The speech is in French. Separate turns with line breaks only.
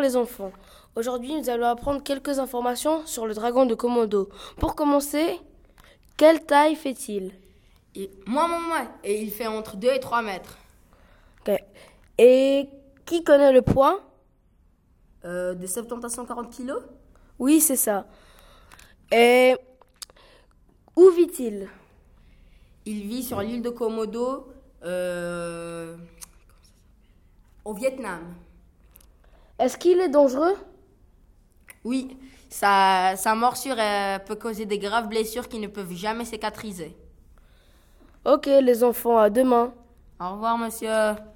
les enfants. Aujourd'hui, nous allons apprendre quelques informations sur le dragon de Komodo. Pour commencer, quelle taille fait-il
Et moi, moi, moi. Et il fait entre 2 et 3 mètres.
Ok. Et qui connaît le poids
Euh, de 70 à 140 kilos
Oui, c'est ça. Et où vit-il
Il vit sur l'île de Komodo, euh, comment ça s'appelle au Vietnam.
Est-ce qu'il est dangereux
Oui, sa, sa morsure euh, peut causer des graves blessures qui ne peuvent jamais cicatriser.
Ok, les enfants, à demain.
Au revoir, monsieur.